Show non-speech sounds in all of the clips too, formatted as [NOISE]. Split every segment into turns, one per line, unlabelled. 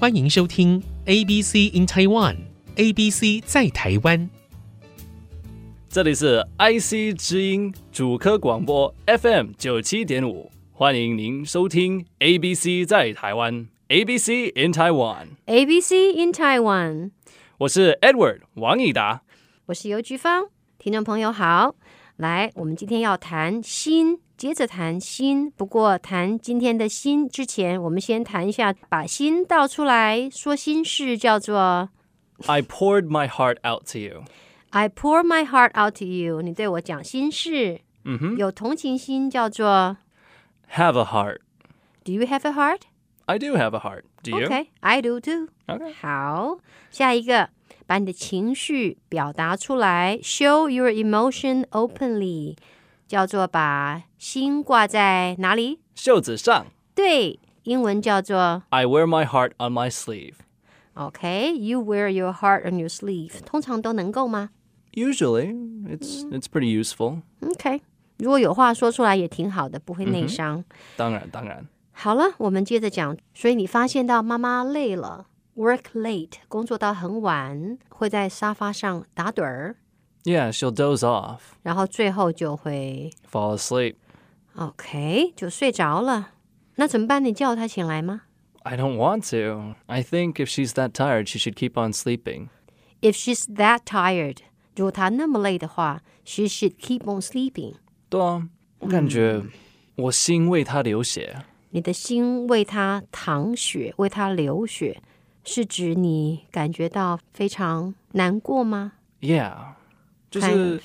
欢迎收听 ABC in Taiwan，ABC 在台湾。
这里是 IC 之音主科广播 FM 九七点五，欢迎您收听 ABC 在台湾 ABC in Taiwan，
ABC in Taiwan，
我是 Edward 王以达。
我是邮局方，听众朋友好。来，我们今天要谈心，接着谈心。不过谈今天的心之前，我们先谈一下，把心倒出来说心事，叫做
I poured my heart out to you，
I pour my heart out to you。你对我讲心事，
嗯哼
有同情心，叫做
，Have a heart。
Do you have a heart？
I do have a heart. Do you?
Okay, I do too.
Okay.
好，下一个，把你的情绪表达出来，show your emotion openly，叫做把心挂在哪里？
袖子上
对，英文叫做
，I wear my heart on my sleeve.
OK，you、wear your heart on your sleeve，通常都能够吗
Usually, it's it's pretty useful.
？OK，如果有话说出来也挺好的，不会内伤。
当然，当然，
好了，我们接着讲。所以你发现到妈妈累了，work late，工作到很晚，会在沙发上打盹儿，
yeah, she'll doze off,
然后最后就会
fall asleep.
OK，就睡着了。那怎么办？你叫她醒来吗
I don't want to. I think if she's that tired, she should keep on sleeping.
？If she's that tired，如果她那么累的话，she should keep on sleeping。
对啊，我感觉
嗯
我心为她流血。
你的心为她淌血，为她流血，是指你感觉到非常难过吗？
Yeah，就
Kind
是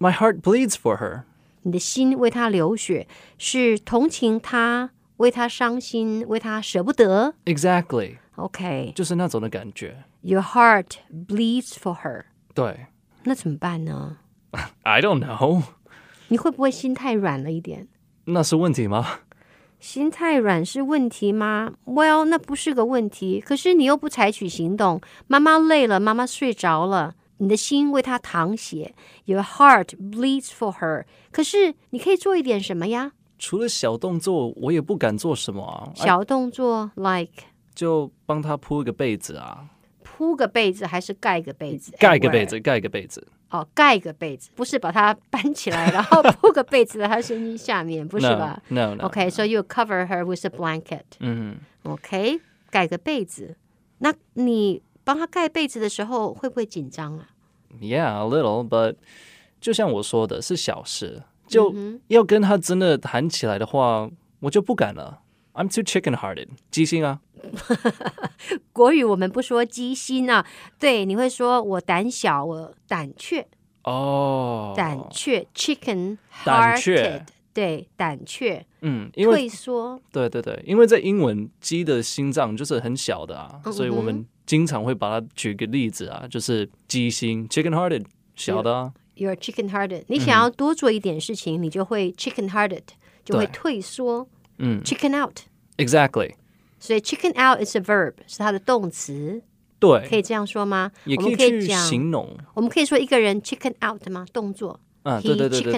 my heart bleeds for her.
你的心为她流血，是同情她，为她伤心，为她舍不得。
Exactly，
OK，your、
就是那种的感觉。
heart bleeds for her。
对
那怎么办呢？
，I don't know，
你会不会心太软了一点？
那是问题吗？
心太软是问题吗？Well，那不是个问题。可是你又不采取行动，妈妈累了，妈妈睡着了，你的心为她淌血，Your heart bleeds for her。可是你可以做一点什么呀？
除了小动作，我也不敢做什么啊。哎
小动作，like
就帮她铺一个被子啊，
铺个被子还是盖个被子？
盖一个被子，盖一个被子。
哦，盖个被子，不是把它搬起来，然后铺个被子在她身体下面，
[LAUGHS]
不是吧
No, no, no.
？OK，so、you cover her with a blanket。
嗯，
OK，盖个被子。那你帮他盖被子的时候会不会紧张啊？
Yeah, a little, but 就像我说的，是小事。就要跟他真的谈起来的话，我就不敢了。I'm too chicken-hearted，鸡心啊。
国语我们不说鸡心啊，对，你会说我胆小，我胆怯，
哦，
胆怯、c h i c k e n
胆怯
hearted，对，胆怯，
嗯，因为
退缩，
对对对，因为在英文，鸡的心脏就是很小的啊，所以我们经常会把它举个例子啊，就是鸡心 （chicken-hearted） 小的啊。
you're chicken hearted。你想要多做一点事情，你就会 chicken hearted，就会退缩，
嗯
，chicken out。
，exactly，
所以 chicken out is a verb，是它的动词，可
对，
以这样说吗？
也
我
可
们
以
可以
去
讲，
形容
我们可以说一个人 chicken out 吗？动作。
啊，对
he
对对对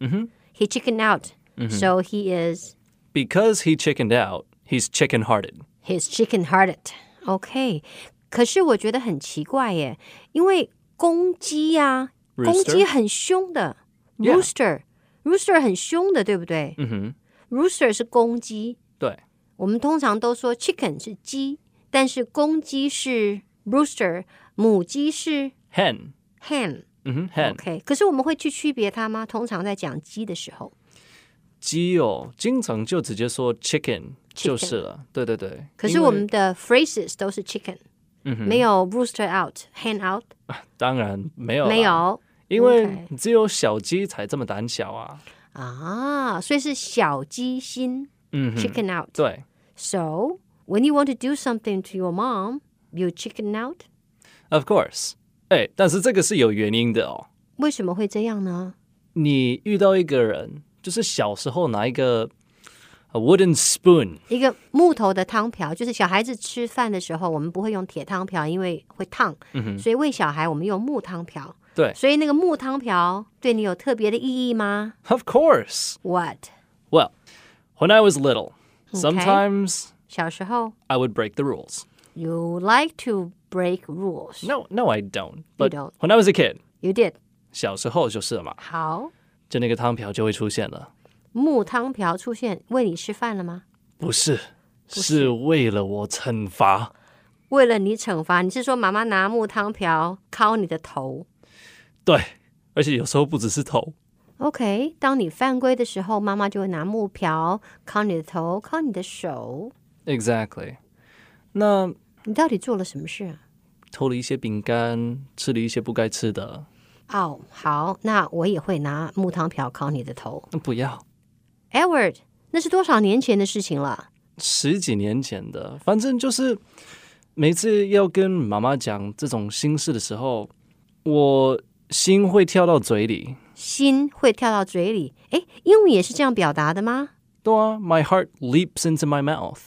嗯
chicken
对
out. He chicken out. So he is
，because he chickened out, he's chicken-hearted。
he's chicken hearted. OK，可是我觉得很奇怪耶，因为公鸡呀、公
Rooster
鸡很凶的
Yeah
rooster，rooster 很凶的，对不对、
嗯哼，
r o o s t e r 是公鸡，
对
我们通常都说 chicken 是鸡，但是公鸡是 rooster，母鸡是
，hen，
hen。
嗯哼，hen，
OK，可是我们会去区别它吗？通常在讲鸡的时候，
鸡哦，经常就直接说 chicken 就是了。对对对，
可
因
是
为
我们的 phrases 都是 chicken，、没有 rooster out、hen out，
当然没有啦
没，有
因为
OK
只有小鸡才这么胆小啊。
啊，所以是小鸡心、
嗯哼，
chicken out。
对。
So when you want to do something to your mom, you chicken out。
Of course，哎，但是这个是有原因的哦。
为什么会这样呢？
你遇到一个人，就是小时候拿一个 a wooden spoon，
一个木头的汤瓢，就是小孩子吃饭的时候，我们不会用铁汤瓢，因为会烫，所以喂小孩我们用木汤瓢。
对
所以那个木汤瓢对你有特别的意义吗
，Of course。
？What？
Well，when I was little， Sometimes
小时候
I would break the rules.
，you like to break rules。
No, no, I don't. But
don't.
when I was a kid,
You did。
小时候就是了嘛，
好，
就那个汤瓢就会出现了。
木汤瓢出现，为你吃饭了吗？
不是，是为了我惩罚。
为了你惩罚，你是说妈妈拿木汤瓢敲你的头
对，而且有时候不只是头。
？OK，当你犯规的时候，妈妈就会拿木瓢敲你的头，敲你的手。
Exactly。那
你到底做了什么事啊？
偷了一些饼干，吃了一些不该吃的，
哦、好，那我也会拿木汤瓢敲你的头
那不要。
，Edward。那是多少年前的事情了？
十几年前的，反正就是每次要跟妈妈讲这种心事的时候，我心会跳到嘴里。
心会跳到嘴里，诶，英文也是这样表达的吗？
对啊，my heart leaps into my mouth。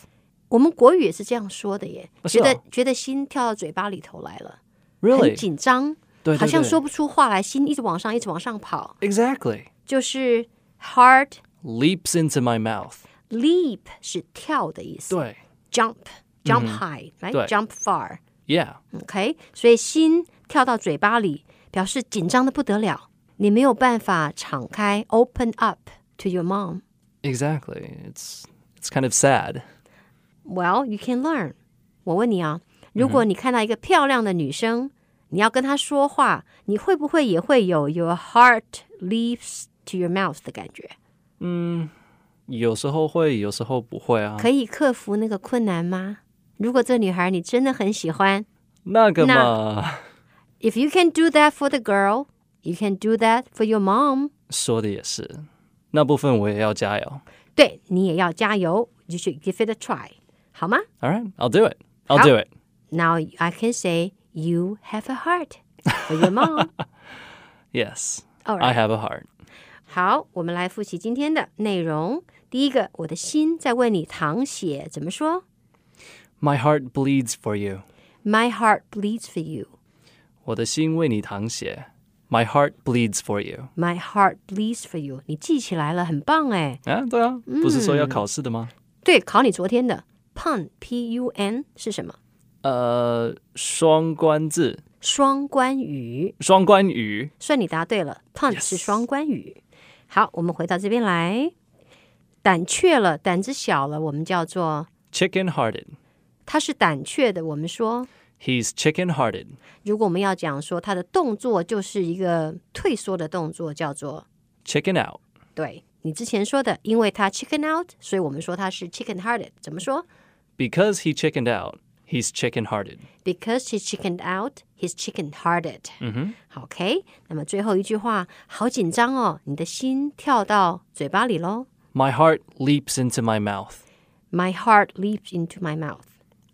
我们国语也是这样说的耶，
啊是
觉
啊
得觉得心跳到嘴巴里头来了很
Really？
紧张，
对，对
好像
对
说不出话来，心一直往上，一直往上跑，
Exactly.
就是 heart
Leaps into my mouth.
leap 是跳的意思
对嗯
，jump jump high，来、
对
jump far，OK，、
，Yeah，
所以心跳到嘴巴里，表示紧张的不得了，你没有办法敞开 open up to your mom。
exactly. It's it's kind of sad.
Well, you can learn. 我问你啊，如果你看到一个漂亮的女生，你要跟她说话，你会不会也会有 your heart leaps to your mouth 的感觉？
有时候会，有时候不会啊。
可以克服那个困难吗？如果这女孩你真的很喜欢
那个嘛，
，If you can do that for the girl, you can do that for your mom
说的也是，那部分我也要加油。
对。你也要加油，You should give it a try，好吗
All right, I'll do it. I'll do it.
？Now I can say you have a heart for your mom.
Yes,
All right.
I have a heart.
好，我们来复习今天的内容。第一个，我的心在为你淌血，怎么说
My heart bleeds for you.
？My heart bleeds for you.
我的心为你淌血。My heart bleeds for you.
My heart bleeds for you. 你记起来了，很棒哎。
啊，对啊，不是说要考试的吗？
对，考你昨天的 pun p u n 是什么？
呃，双关字，
双关语，
双关语。
算你答对了。pun 是双关语。好，我们回到这边来。胆怯了，胆子小了，我们叫做
Chicken hearted.
他是胆怯的，我们说
He's chicken hearted.
如果我们要讲说他的动作就是一个退缩的动作，叫做
Chicken out.
对你之前说的，因为他 chicken out，所以我们说他是 chicken hearted。怎么说
Because he chickened out, he's chicken hearted.
？Because he chickened out, he's chicken hearted。嗯哼，OK。那么最后一句话，好紧张哦，你的心跳到嘴巴里喽。
My heart leaps into my mouth.
My heart leaps into my mouth，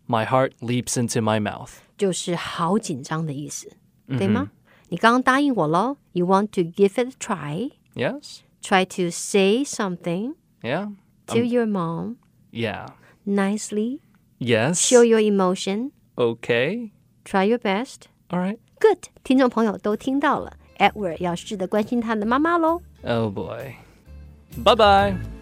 My heart leaps into my mouth.
就是好紧张的意思，对吗？你刚刚答应我喽，You want to give it a try,
Yes?
try to say something
Yeah?
to your mom
Yeah.
nicely,
Yes?
show your emotion,
okay.
try your best.
All right.
Good，听众朋友都听到了，Edward 要试着关心他的妈妈喽。
Oh boy. Bye bye.